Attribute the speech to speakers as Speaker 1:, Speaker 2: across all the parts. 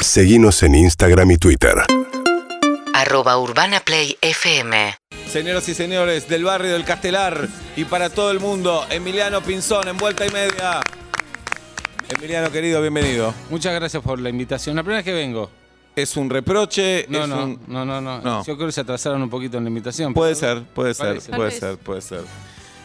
Speaker 1: Seguimos en Instagram y Twitter.
Speaker 2: arroba urbanaplayfm
Speaker 3: Señoras y señores del barrio del Castelar y para todo el mundo, Emiliano Pinzón en vuelta y media. Emiliano querido, bienvenido.
Speaker 4: Muchas gracias por la invitación. La primera vez que vengo.
Speaker 3: Es un reproche,
Speaker 4: No,
Speaker 3: es
Speaker 4: no,
Speaker 3: un-
Speaker 4: no, no, no,
Speaker 3: no.
Speaker 4: Yo creo que se atrasaron un poquito en la invitación.
Speaker 3: Puede
Speaker 4: pero-
Speaker 3: ser, puede ser,
Speaker 4: Parece.
Speaker 3: puede
Speaker 5: Tal
Speaker 3: ser,
Speaker 5: vez.
Speaker 3: puede ser.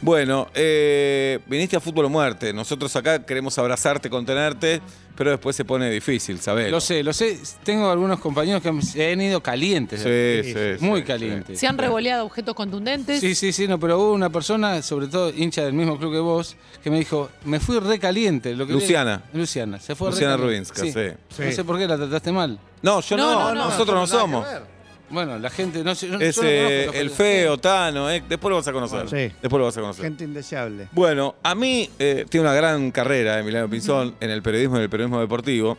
Speaker 3: Bueno, eh, viniste a Fútbol o Muerte. Nosotros acá queremos abrazarte, contenerte, pero después se pone difícil, ¿sabes?
Speaker 4: Lo sé, lo sé. Tengo algunos compañeros que han- se han ido calientes.
Speaker 3: Sí, sí,
Speaker 4: muy
Speaker 3: sí,
Speaker 4: calientes.
Speaker 5: Se han revoleado objetos contundentes.
Speaker 4: Sí, sí, sí, no, pero hubo una persona, sobre todo hincha del mismo club que vos, que me dijo, me fui recaliente. Lo que
Speaker 3: Luciana.
Speaker 4: Luciana, se fue
Speaker 3: Luciana
Speaker 4: recaliente.
Speaker 3: Rubinska, sí.
Speaker 4: No sé por qué la trataste mal.
Speaker 3: No, yo no,
Speaker 5: No, no, no,
Speaker 3: nosotros no somos.
Speaker 4: Bueno, la gente, no sé. yo- yo
Speaker 3: Es
Speaker 4: no conozco
Speaker 3: eh,
Speaker 4: esta
Speaker 3: el
Speaker 4: persona.
Speaker 3: feo, Tano, eh, después lo vas a conocer.
Speaker 6: Sí.
Speaker 3: Después lo vas a conocer.
Speaker 6: Gente indeseable.
Speaker 3: Bueno, a mí eh, tiene una gran carrera eh, Emiliano Pinzón en el periodismo y en el periodismo deportivo.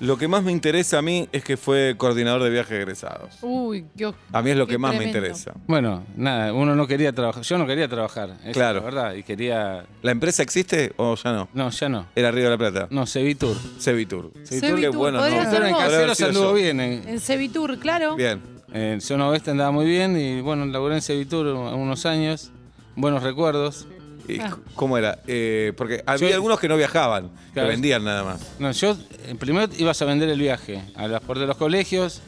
Speaker 3: Lo que más me interesa a mí es que fue coordinador de viajes egresados.
Speaker 5: Uy, qué os-
Speaker 3: A mí es lo
Speaker 5: Qué
Speaker 3: que más
Speaker 5: tremendo.
Speaker 3: me interesa.
Speaker 4: Bueno, nada, uno no quería trabajar. Yo no quería trabajar. esa es
Speaker 3: Claro.
Speaker 4: La verdad, y quería.
Speaker 3: ¿La empresa existe o ya no?
Speaker 4: No, ya no.
Speaker 3: Era Río de la Plata.
Speaker 4: No, Sevitur.
Speaker 3: Cevitur.
Speaker 5: Cevitur,
Speaker 3: qué bueno.
Speaker 5: podría
Speaker 3: no.
Speaker 5: ser
Speaker 4: Pero en
Speaker 5: vos.
Speaker 3: Podría haber
Speaker 4: Caseros
Speaker 3: sido
Speaker 4: anduvo
Speaker 3: yo.
Speaker 4: bien. En,
Speaker 5: En Cevitur, claro.
Speaker 3: Bien.
Speaker 4: en Zona Oeste andaba muy bien y bueno, laburé en Sevitur unos años. Buenos recuerdos.
Speaker 3: ¿Y
Speaker 5: Ah.
Speaker 3: cómo era? Eh, porque había
Speaker 4: Yo-
Speaker 3: algunos que no viajaban, que
Speaker 4: Claro.
Speaker 3: vendían nada más.
Speaker 4: No, yo eh, primero ibas a vender el viaje a las puertas de los colegios,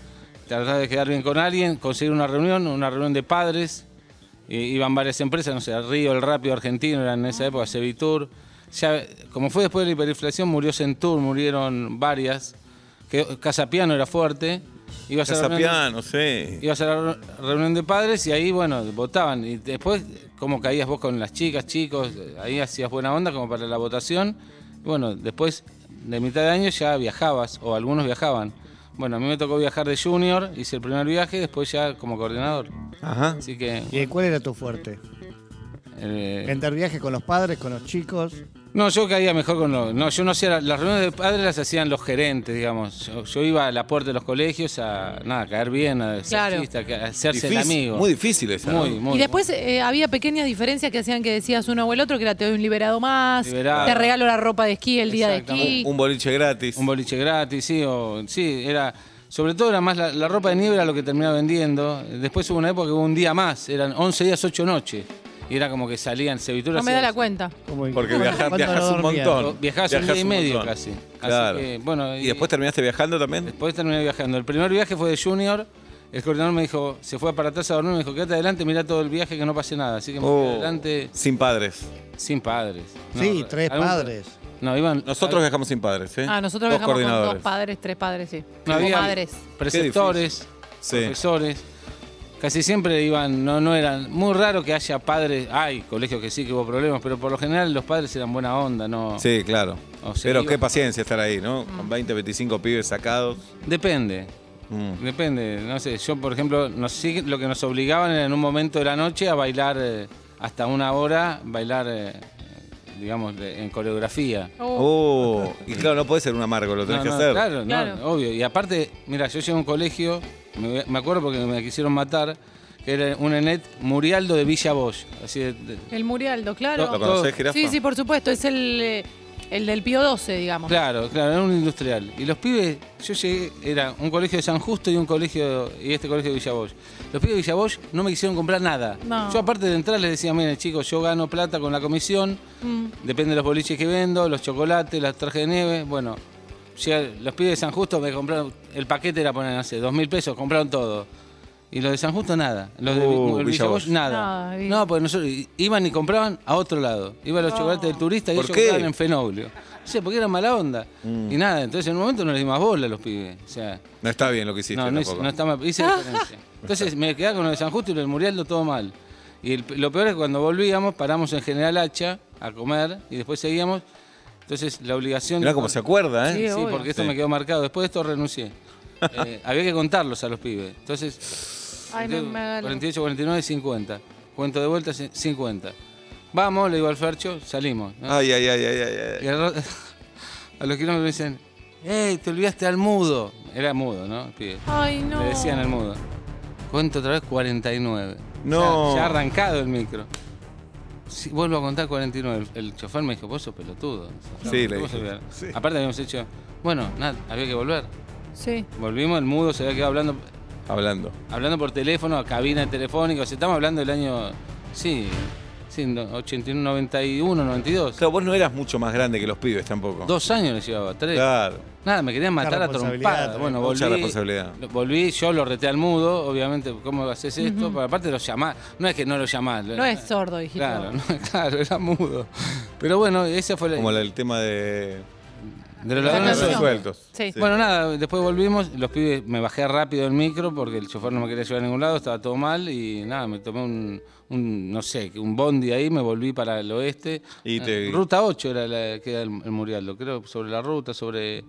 Speaker 4: tratar de quedar bien con alguien, conseguir una reunión, una reunión de padres. eh, iban varias empresas, no sé, el Río, el Rápido Argentino, eran en esa época, Sevitur. Ya, como fue después de la hiperinflación, murió Centur, murieron varias. Quedó- Casapiano era fuerte. Ibas a la reunión-
Speaker 3: Casapiano, sí.
Speaker 4: Ibas a la re- reunión de padres y ahí, bueno, votaban. Y después, como caías vos con las chicas, chicos, ahí hacías buena onda como para la votación. Y bueno, después de mitad de año ya viajabas, o algunos viajaban. Bueno, a mí me tocó viajar de junior, hice el primer viaje, después ya como coordinador.
Speaker 3: Ajá.
Speaker 4: Así que...
Speaker 6: ¿Y cuál era tu fuerte?
Speaker 4: eh,
Speaker 6: Vender viajes con los padres, con los chicos.
Speaker 4: No, yo caía mejor con los. No, yo no hacía. Las reuniones de padres las hacían los gerentes, digamos. Yo, yo iba a la puerta de los colegios a nada, a caer bien, a ser
Speaker 5: Claro.
Speaker 4: chiste, a ca- a hacerse el
Speaker 3: Difícil,
Speaker 4: amigo.
Speaker 3: Muy difícil esa. ¿no?
Speaker 4: muy, muy.
Speaker 5: Y después eh, había pequeñas diferencias que hacían que decías uno o el otro, que era te doy un liberado más,
Speaker 4: Liberado.
Speaker 5: te regalo la ropa de esquí el día de
Speaker 4: Exactamente.
Speaker 5: esquí.
Speaker 3: Un boliche gratis.
Speaker 4: Un boliche gratis, sí, o sí, era. Sobre todo era más la, la ropa de nieve era lo que terminaba vendiendo. Después hubo una época que hubo un día más, eran 11 días, 8 noches. Y era como que salían, se
Speaker 5: no me da la cuenta.
Speaker 6: Como-
Speaker 3: Porque viajas,
Speaker 6: ¿Cuándo
Speaker 3: viajas
Speaker 6: no
Speaker 3: un
Speaker 6: dormían?
Speaker 3: montón.
Speaker 4: Viajás un día y medio casi. Así
Speaker 3: Claro.
Speaker 4: que, bueno,
Speaker 3: y,
Speaker 4: y- este,
Speaker 3: después terminaste viajando también?
Speaker 4: Después terminé viajando. El primer viaje fue de Junior. El coordinador me dijo, se fue para atrás a dormir, me dijo, quédate adelante, mirá todo el viaje que no pase nada. Así que me fui
Speaker 3: Oh,
Speaker 4: adelante
Speaker 3: Sin padres.
Speaker 4: sin padres. No,
Speaker 6: Sí, tres
Speaker 4: algún-
Speaker 6: padres.
Speaker 4: No, iban.
Speaker 3: Nosotros viajamos sin padres, ¿eh?
Speaker 5: Ah, nosotros
Speaker 3: Dos
Speaker 5: viajamos con dos
Speaker 3: coordinadores.
Speaker 5: padres, tres padres, sí.
Speaker 4: No
Speaker 5: Como
Speaker 4: había-
Speaker 5: madres.
Speaker 4: preceptores,
Speaker 3: Sí.
Speaker 4: profesores. Casi siempre iban, no, no eran, muy raro que haya padres, hay colegios que sí que hubo problemas, pero por lo general los padres eran buena onda, no.
Speaker 3: Sí, claro.
Speaker 4: O sea,
Speaker 3: Pero
Speaker 4: iba-
Speaker 3: qué paciencia estar ahí, ¿no?
Speaker 5: Mm.
Speaker 3: Con 20, 25 pibes sacados.
Speaker 4: Depende,
Speaker 3: Mm.
Speaker 4: depende, no sé, yo por ejemplo, nos, sí, lo que nos obligaban era en un momento de la noche a bailar eh, hasta una hora, bailar, eh, digamos, de- en coreografía.
Speaker 5: Oh,
Speaker 3: Oh, y claro, no puede ser un amargo, lo tenés
Speaker 4: No,
Speaker 3: que
Speaker 4: no,
Speaker 3: hacer.
Speaker 4: Claro, no,
Speaker 5: Claro.
Speaker 4: obvio. Y aparte, mira, yo llegué a un colegio, me, voy a- me acuerdo porque me quisieron matar, que era un ENET Murialdo de Villa Bosch. Así de- de-
Speaker 5: el Murialdo,
Speaker 4: No,
Speaker 5: claro.
Speaker 3: ¿Lo conocés,
Speaker 4: Todo-
Speaker 3: jirafa?
Speaker 5: Sí, sí, por supuesto. Es el, eh, el del Pío 12, digamos.
Speaker 4: claro, claro, era un industrial. Y los pibes, yo llegué, era un colegio de San Justo y un colegio, y este colegio de Villa Bosch. Los pibes de Villa Bosch no me quisieron comprar nada.
Speaker 5: No.
Speaker 4: Yo aparte de entrar les decía, miren chicos, yo gano plata con la comisión,
Speaker 5: Mm.
Speaker 4: depende de los boliches que vendo, los chocolates, las trajes de nieve, bueno. llega- los pibes de San Justo me compraron, el paquete era poner, no sé, dos mil pesos, compraron todo. Y los de San Justo nada. Los de Vi-
Speaker 3: Uh, Villa
Speaker 4: el Villa Bosch,
Speaker 3: Bosch.
Speaker 4: nada.
Speaker 5: Ay.
Speaker 4: no, porque nosotros i- iban y compraban a otro lado. Iban los chocolates del turista y
Speaker 3: ¿Por
Speaker 4: ellos
Speaker 3: qué? Mm.
Speaker 4: compraban en Fenoglio. No sé, porque eran mala onda. Y nada, entonces en un momento no les di más bola a los pibes. O sea,
Speaker 3: No está bien lo que hiciste.
Speaker 4: no, no, hice-
Speaker 3: tampoco.
Speaker 4: no está mal. Hice diferencia. Entonces me quedaba con lo de San Justo y lo del Murialdo todo mal. Y el- lo peor es que cuando volvíamos, paramos en General Hacha a comer y después seguíamos. Entonces la obligación.
Speaker 3: Mirá cómo se acuerda,
Speaker 4: Sí,
Speaker 3: ¿eh?
Speaker 5: obvio.
Speaker 4: porque esto
Speaker 3: Sí.
Speaker 4: me quedó marcado. Después de esto renuncié. Eh, había que contarlos a los pibes. Entonces,
Speaker 5: Ay, me, me-
Speaker 4: 48, 49, 50. Cuento de vuelta, c- 50. Vamos, le digo al Fercho, salimos. ¿no?
Speaker 3: Ay, ay, ay, ay, ay,
Speaker 4: Y
Speaker 3: ay.
Speaker 4: al rato- a los kilómetros me dicen, ¡Ey, te olvidaste al mudo! Era mudo, ¿no? El pibe.
Speaker 5: Ay, no.
Speaker 4: Le decían al mudo. Cuento otra vez 49.
Speaker 3: No.
Speaker 4: Ya, ya ha arrancado el micro. Sí, vuelvo a contar 49. El, el chofer me dijo, vos sos pelotudo.
Speaker 3: Sí, le
Speaker 4: ¿Cómo
Speaker 3: dije.
Speaker 4: se olvidaron? Aparte habíamos hecho, bueno, nada, había que volver.
Speaker 5: Sí.
Speaker 4: Volvimos, el mudo se había quedado hablando,
Speaker 3: Hablando.
Speaker 4: hablando por teléfono, a cabina telefónica. O sea, estamos hablando del año. Sí, sí, no, 81, 91, 92.
Speaker 3: Claro, vos no eras mucho más grande que los pibes tampoco.
Speaker 4: Dos años les llevaba, tres.
Speaker 3: Claro. eh,
Speaker 4: Nada, me querían matar a
Speaker 6: responsabilidad
Speaker 4: trompadas.
Speaker 6: también,
Speaker 4: Bueno,
Speaker 3: mucha
Speaker 4: volví,
Speaker 3: responsabilidad.
Speaker 4: lo- volví, yo lo reté al mudo, obviamente, ¿cómo haces esto? Pero aparte lo llamás, no es que no lo llamás. lo-
Speaker 5: No es sordo, dijiste.
Speaker 4: Claro, no, claro, era mudo. Pero bueno, ese fue la-
Speaker 3: Como la- el tema de.
Speaker 4: de los
Speaker 3: ladrones
Speaker 5: La
Speaker 4: ladrones.
Speaker 5: canción.
Speaker 3: sueltos.
Speaker 5: Sí.
Speaker 4: Bueno, nada, después volvimos, los pibes, me bajé rápido del micro porque el chofer no me quería llevar a ningún lado, estaba todo mal y nada, me tomé un, un, no sé, un bondi ahí, me volví para el oeste.
Speaker 3: Y te-
Speaker 4: Eh, Ruta 8 era la que era el, el Murialdo, creo, sobre la ruta, sobre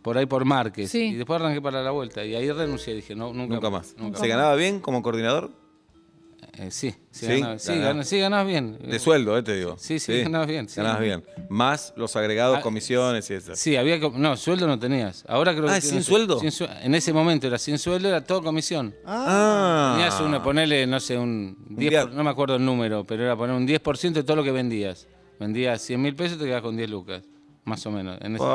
Speaker 4: por ahí por Márquez.
Speaker 5: Sí.
Speaker 4: Y después arranqué para la vuelta y ahí renuncié, dije, no, nunca,
Speaker 3: Nunca más.
Speaker 4: nunca
Speaker 3: ¿Se ganaba bien como coordinador?
Speaker 4: Eh, sí, sí,
Speaker 3: ¿Sí?
Speaker 4: ganaba- sí,
Speaker 3: Ganaba.
Speaker 4: ganaba- sí, ganabas bien.
Speaker 3: De sueldo, eh, te digo.
Speaker 4: Sí, sí, ganabas bien, sí.
Speaker 3: Ganabas bien. Más los agregados,
Speaker 4: Ah,
Speaker 3: comisiones y eso.
Speaker 4: Sí, había. com- No, sueldo no tenías. Ahora creo que.
Speaker 3: Ah, ¿es sin
Speaker 4: tienes-
Speaker 3: sueldo?
Speaker 4: sin su- en ese momento era sin sueldo, era todo comisión.
Speaker 3: Ah.
Speaker 4: Tenías una, ponele, no sé, un. 10
Speaker 3: día-
Speaker 4: por- no me acuerdo el número, pero era poner un 10% de todo lo que vendías. Vendías 100 mil pesos, te quedabas con 10 lucas, más o menos. En ese-
Speaker 3: Wow.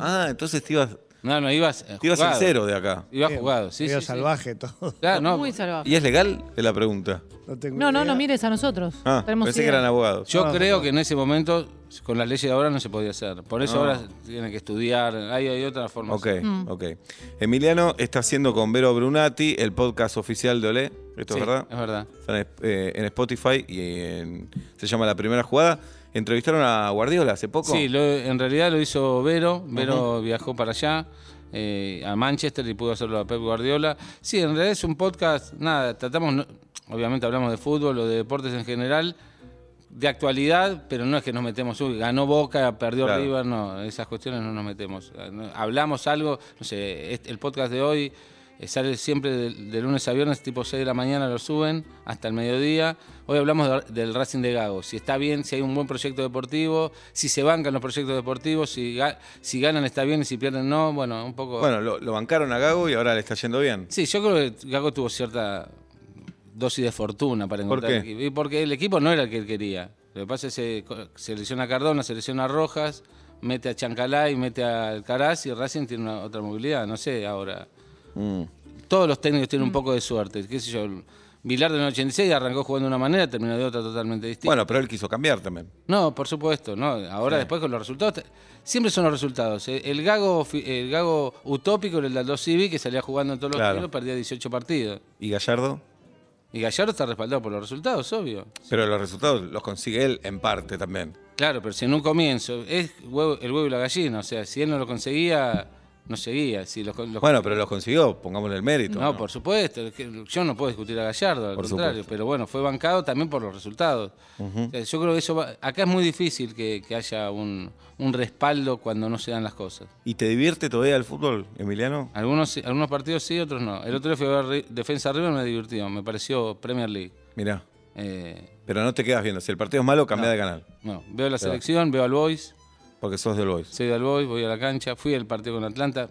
Speaker 3: Ah, entonces te ibas,
Speaker 4: No, no, ibas. eh,
Speaker 3: te ibas al
Speaker 4: jugado.
Speaker 3: cero de acá.
Speaker 4: Ibas jugado, sí.
Speaker 6: Medio
Speaker 4: sí, sí.
Speaker 6: salvaje todo.
Speaker 4: Claro, no.
Speaker 5: Muy salvaje.
Speaker 3: ¿Y es legal? Es la pregunta.
Speaker 6: No, tengo
Speaker 5: No, no,
Speaker 6: idea.
Speaker 5: no mires a nosotros.
Speaker 3: Ah,
Speaker 5: Tenemos
Speaker 3: pensé que
Speaker 5: idea.
Speaker 3: eran abogados.
Speaker 4: Yo creo que en ese momento, con las leyes de ahora, no se podía hacer. Por eso ahora tienen que estudiar. Hay, hay otra forma.
Speaker 3: Ah. Ok, ok. Emiliano está haciendo con Vero Brunati el podcast oficial de Olé. ¿Esto
Speaker 4: Sí,
Speaker 3: es verdad?
Speaker 4: Es verdad.
Speaker 3: Están en- eh, en Spotify y en- se llama La Primera Jugada. Entrevistaron a Guardiola hace poco.
Speaker 4: Sí, lo- en realidad lo hizo Vero. Vero viajó para allá, eh, a Manchester, y pudo hacerlo a Pep Guardiola. Sí, en realidad es un podcast, nada, tratamos, no- obviamente hablamos de fútbol o de deportes en general, de actualidad, pero no es que nos metemos, uy, ganó Boca, perdió
Speaker 3: Claro.
Speaker 4: River, no, esas cuestiones no nos metemos. Ah, No, Hablamos algo, no sé, este- el podcast de hoy eh, sale siempre de, de lunes a viernes, tipo 6 de la mañana lo suben, hasta el mediodía. Hoy hablamos de- del Racing de Gago, si está bien, si hay un buen proyecto deportivo, si se bancan los proyectos deportivos, si, ga- si ganan está bien y si pierden no, bueno, un poco...
Speaker 3: Bueno, lo, lo bancaron a Gago y ahora le está yendo bien.
Speaker 4: Sí, yo creo que Gago tuvo cierta dosis de fortuna para
Speaker 3: ¿Por
Speaker 4: encontrar
Speaker 3: qué?
Speaker 4: el equipo. Y porque el equipo no era el que él quería. Lo que pasa es que se- se lesiona a Cardona, se lesiona a Rojas, mete a Chancalay, mete a Alcaraz y Racing tiene una, otra movilidad. No sé, ahora.
Speaker 3: Mm.
Speaker 4: Todos los técnicos tienen un poco de suerte. ¿Qué sé yo? Vilar del 86 arrancó jugando de una manera, terminó de otra totalmente distinta.
Speaker 3: Bueno, pero él quiso cambiar también.
Speaker 4: No, por supuesto, no. Ahora después con los resultados, te- siempre son los resultados. Eh, El gago, fi- el gago utópico era el Aldo Civi, que salía jugando en todos
Speaker 3: Claro.
Speaker 4: los partidos, perdía 18 partidos.
Speaker 3: ¿Y Gallardo?
Speaker 4: Y Gallardo está respaldado por los resultados, obvio.
Speaker 3: Pero los resultados los consigue él en parte también.
Speaker 4: Claro, pero si en un comienzo es huevo- el huevo y la gallina, o sea, si él no lo conseguía, no seguía. Si los, los-
Speaker 3: Bueno, pero los consiguió, pongámosle el mérito.
Speaker 4: no, por supuesto, es que yo no puedo discutir a Gallardo, al
Speaker 3: Por
Speaker 4: contrario,
Speaker 3: supuesto.
Speaker 4: pero bueno, fue bancado también por los resultados. O sea, yo creo que eso va- acá es muy difícil que, que haya un, un respaldo cuando no se dan las cosas.
Speaker 3: ¿Y te divierte todavía el fútbol, Emiliano?
Speaker 4: Algunos, sí- algunos partidos sí, otros no. El otro día fui a ver Ri- Defensa River, me divirtió, me pareció Premier League.
Speaker 3: Mirá,
Speaker 4: Eh,
Speaker 3: pero no te quedas viendo. Si el partido es malo, cambia de canal.
Speaker 4: no, veo la selección, veo al Boys,
Speaker 3: Porque sos del Boys.
Speaker 4: soy del Boys, voy a la cancha, fui al partido con Atlanta,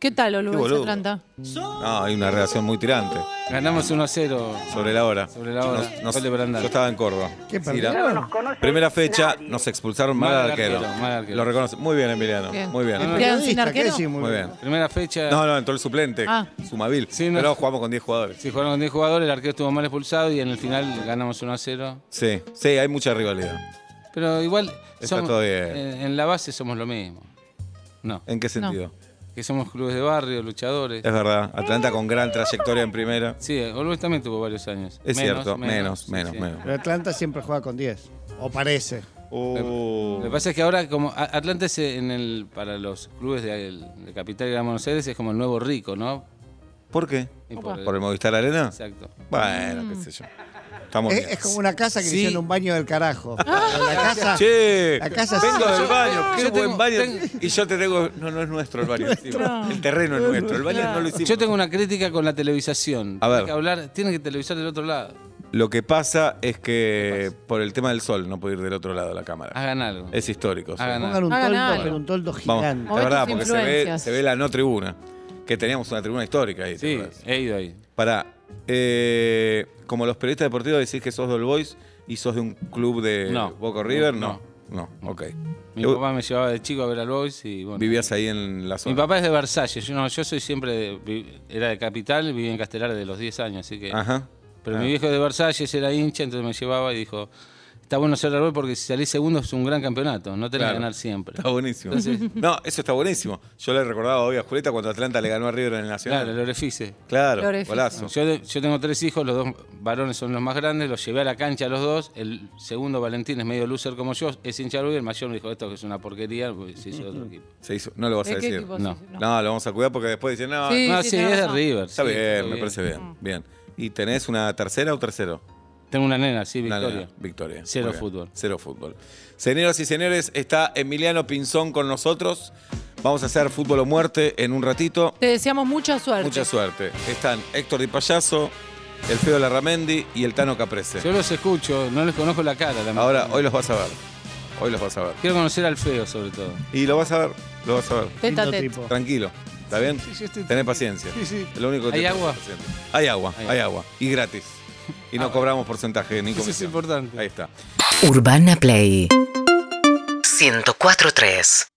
Speaker 5: ¿Qué tal,
Speaker 3: Qué
Speaker 5: Olu,
Speaker 3: boludo.
Speaker 5: Atlanta?
Speaker 3: No, hay una relación muy tirante.
Speaker 4: ganamos 1 a 0.
Speaker 3: Sobre la hora.
Speaker 4: Sobre la hora.
Speaker 3: No- no-
Speaker 4: Gol de Brandao.
Speaker 3: yo estaba en Córdoba.
Speaker 6: ¿Qué
Speaker 3: Sí, la-
Speaker 6: perdieron?
Speaker 3: Primera fecha, nos expulsaron mal,
Speaker 4: Mal
Speaker 3: al arquero.
Speaker 4: arquero, mal arquero.
Speaker 3: Lo reconoce. Muy bien, Emiliano.
Speaker 5: Bien.
Speaker 3: Muy bien.
Speaker 5: ¿Quedan
Speaker 4: no.
Speaker 5: sin arquero?
Speaker 6: Sí, muy,
Speaker 3: Muy
Speaker 6: bien.
Speaker 3: bien.
Speaker 4: Primera fecha,
Speaker 3: No, no, entró el suplente.
Speaker 5: Ah.
Speaker 3: Sumavil.
Speaker 4: Sí, no.
Speaker 3: Pero jugamos con 10 jugadores.
Speaker 4: si jugaron con 10 jugadores, el arquero estuvo mal expulsado y en el final ganamos 1 a 0.
Speaker 3: Sí, sí, hay mucha rivalidad.
Speaker 4: Pero igual,
Speaker 3: Está todo bien.
Speaker 4: En, en la base somos lo mismo. No,
Speaker 3: ¿En qué sentido?
Speaker 4: que somos clubes de barrio, luchadores.
Speaker 3: Es verdad. Atlanta con gran trayectoria en primera.
Speaker 4: Sí, Olves también tuvo varios años.
Speaker 3: Es
Speaker 4: Menos,
Speaker 3: cierto, menos,
Speaker 4: sí,
Speaker 3: menos,
Speaker 4: sí.
Speaker 3: menos.
Speaker 6: Pero Atlanta siempre juega con 10. O parece.
Speaker 4: Lo
Speaker 3: Uh.
Speaker 4: que pasa es que ahora, como A- Atlanta es eh, en el, para los clubes de, de Capital y Gran Buenos Aires, es como el nuevo rico, ¿no?
Speaker 3: ¿Por qué?
Speaker 4: Y por el-
Speaker 3: ¿Por el Movistar Arena?
Speaker 4: exacto.
Speaker 3: Bueno, qué sé yo. Estamos
Speaker 6: Es,
Speaker 3: bien.
Speaker 6: es como una casa que
Speaker 4: Sí.
Speaker 6: hicieron un baño del carajo. La casa.
Speaker 3: Che,
Speaker 6: La casa
Speaker 3: vengo
Speaker 6: sí.
Speaker 3: del
Speaker 6: Yo-
Speaker 3: baño,
Speaker 4: yo
Speaker 3: qué
Speaker 4: tengo-
Speaker 3: buen baño.
Speaker 4: tengo-
Speaker 3: Y yo te tengo. No, no es nuestro el baño. encima. El terreno es nuestro. El baño no lo hicimos.
Speaker 4: Yo tengo una crítica con la televisación.
Speaker 3: A ver.
Speaker 4: Tiene que hablar, tienen que televisar del otro lado.
Speaker 3: Lo que pasa es que por el tema del sol no puede ir del otro lado la cámara.
Speaker 4: Hagan algo.
Speaker 3: Es histórico. sí.
Speaker 4: Hagan
Speaker 6: Pongan un
Speaker 5: Hagan
Speaker 6: toldo,
Speaker 5: algo.
Speaker 6: pero un toldo
Speaker 3: Vamos,
Speaker 6: gigante.
Speaker 3: la
Speaker 5: Mover
Speaker 3: verdad,
Speaker 5: tus
Speaker 3: porque se ve,
Speaker 5: influencias.
Speaker 3: se ve la no tribuna. Que teníamos una tribuna histórica ahí.
Speaker 4: Sí, he ido ahí.
Speaker 3: Para, eh, como los periodistas deportivos decís que sos del Boys y sos de un club de
Speaker 4: No.
Speaker 3: Boca River, no.
Speaker 4: No.
Speaker 3: No, ok.
Speaker 4: Mi
Speaker 3: Eh,
Speaker 4: papá me llevaba de chico a ver al Boys y bueno.
Speaker 3: Vivías ahí en la zona.
Speaker 4: Mi papá es de Versalles, yo, no, yo soy siempre, de- vi- era de Capital, viví en Castelar de los 10 años, así que...
Speaker 3: Ajá.
Speaker 4: Pero
Speaker 3: Ah.
Speaker 4: mi viejo de Versalles era hincha, entonces me llevaba y dijo, está bueno ser árbol porque si salís segundo es un gran campeonato, no tenés
Speaker 3: Claro.
Speaker 4: que ganar siempre.
Speaker 3: Está buenísimo.
Speaker 4: Entonces-
Speaker 3: no, eso está buenísimo. Yo le recordaba hoy a Julieta cuando Atlanta le ganó a River en el
Speaker 4: Claro, el
Speaker 3: Nacional.
Speaker 4: orefice.
Speaker 3: Claro,
Speaker 5: Lo beneficio.
Speaker 3: golazo.
Speaker 4: Yo, de- yo tengo tres hijos, los dos varones son los más grandes, los llevé a la cancha a los dos, el segundo Valentín es medio loser como yo, es hincha de River, el mayor me dijo, esto que es una porquería, pues, se hizo de otro equipo.
Speaker 3: Se hizo. No lo vas a
Speaker 5: ¿De ¿Eh, qué
Speaker 3: decir.
Speaker 5: equipo
Speaker 4: No.
Speaker 5: sos?
Speaker 3: No. lo vamos a cuidar porque después dicen, no,
Speaker 5: Sí, Mm.
Speaker 4: no,
Speaker 5: sí,
Speaker 4: sí,
Speaker 5: tenés
Speaker 4: es de
Speaker 5: razón.
Speaker 4: River.
Speaker 3: está
Speaker 4: sí,
Speaker 3: bien,
Speaker 4: todo
Speaker 3: me
Speaker 4: bien.
Speaker 3: parece bien. Bien. ¿Y tenés una tercera o tercero?
Speaker 4: Tengo una nena, sí,
Speaker 3: Una
Speaker 4: Victoria.
Speaker 3: nena, Victoria.
Speaker 4: Cero
Speaker 3: Muy bien.
Speaker 4: fútbol.
Speaker 3: Cero fútbol. Señoras y señores, está Emiliano Pinzón con nosotros. Vamos a hacer fútbol o muerte en un ratito.
Speaker 5: Te deseamos mucha suerte.
Speaker 3: Mucha suerte. Están Héctor Di Payaso, el Feo Larramendi y el Tano Caprese.
Speaker 4: Yo los escucho, no les conozco la cara. la
Speaker 3: Ahora,
Speaker 4: mayoría.
Speaker 3: hoy los vas a ver. Hoy los vas a ver.
Speaker 4: Quiero conocer al feo, sobre todo.
Speaker 3: Y lo vas a ver, lo vas a ver.
Speaker 5: Tete a
Speaker 6: Lindo
Speaker 5: tete.
Speaker 6: tipo.
Speaker 3: Tranquilo. ¿Está bien?
Speaker 6: sí, sí, estoy-
Speaker 3: Tenés paciencia.
Speaker 6: Sí, sí.
Speaker 3: Es Lo único que
Speaker 4: ¿Hay
Speaker 3: te
Speaker 4: agua?
Speaker 3: paciente. Hay agua, hay,
Speaker 4: Hay
Speaker 3: agua. Y gratis. Y no cobramos porcentaje ni
Speaker 4: Eso es
Speaker 3: comisión.
Speaker 4: importante.
Speaker 3: Ahí está.
Speaker 2: Urbana Play 104.3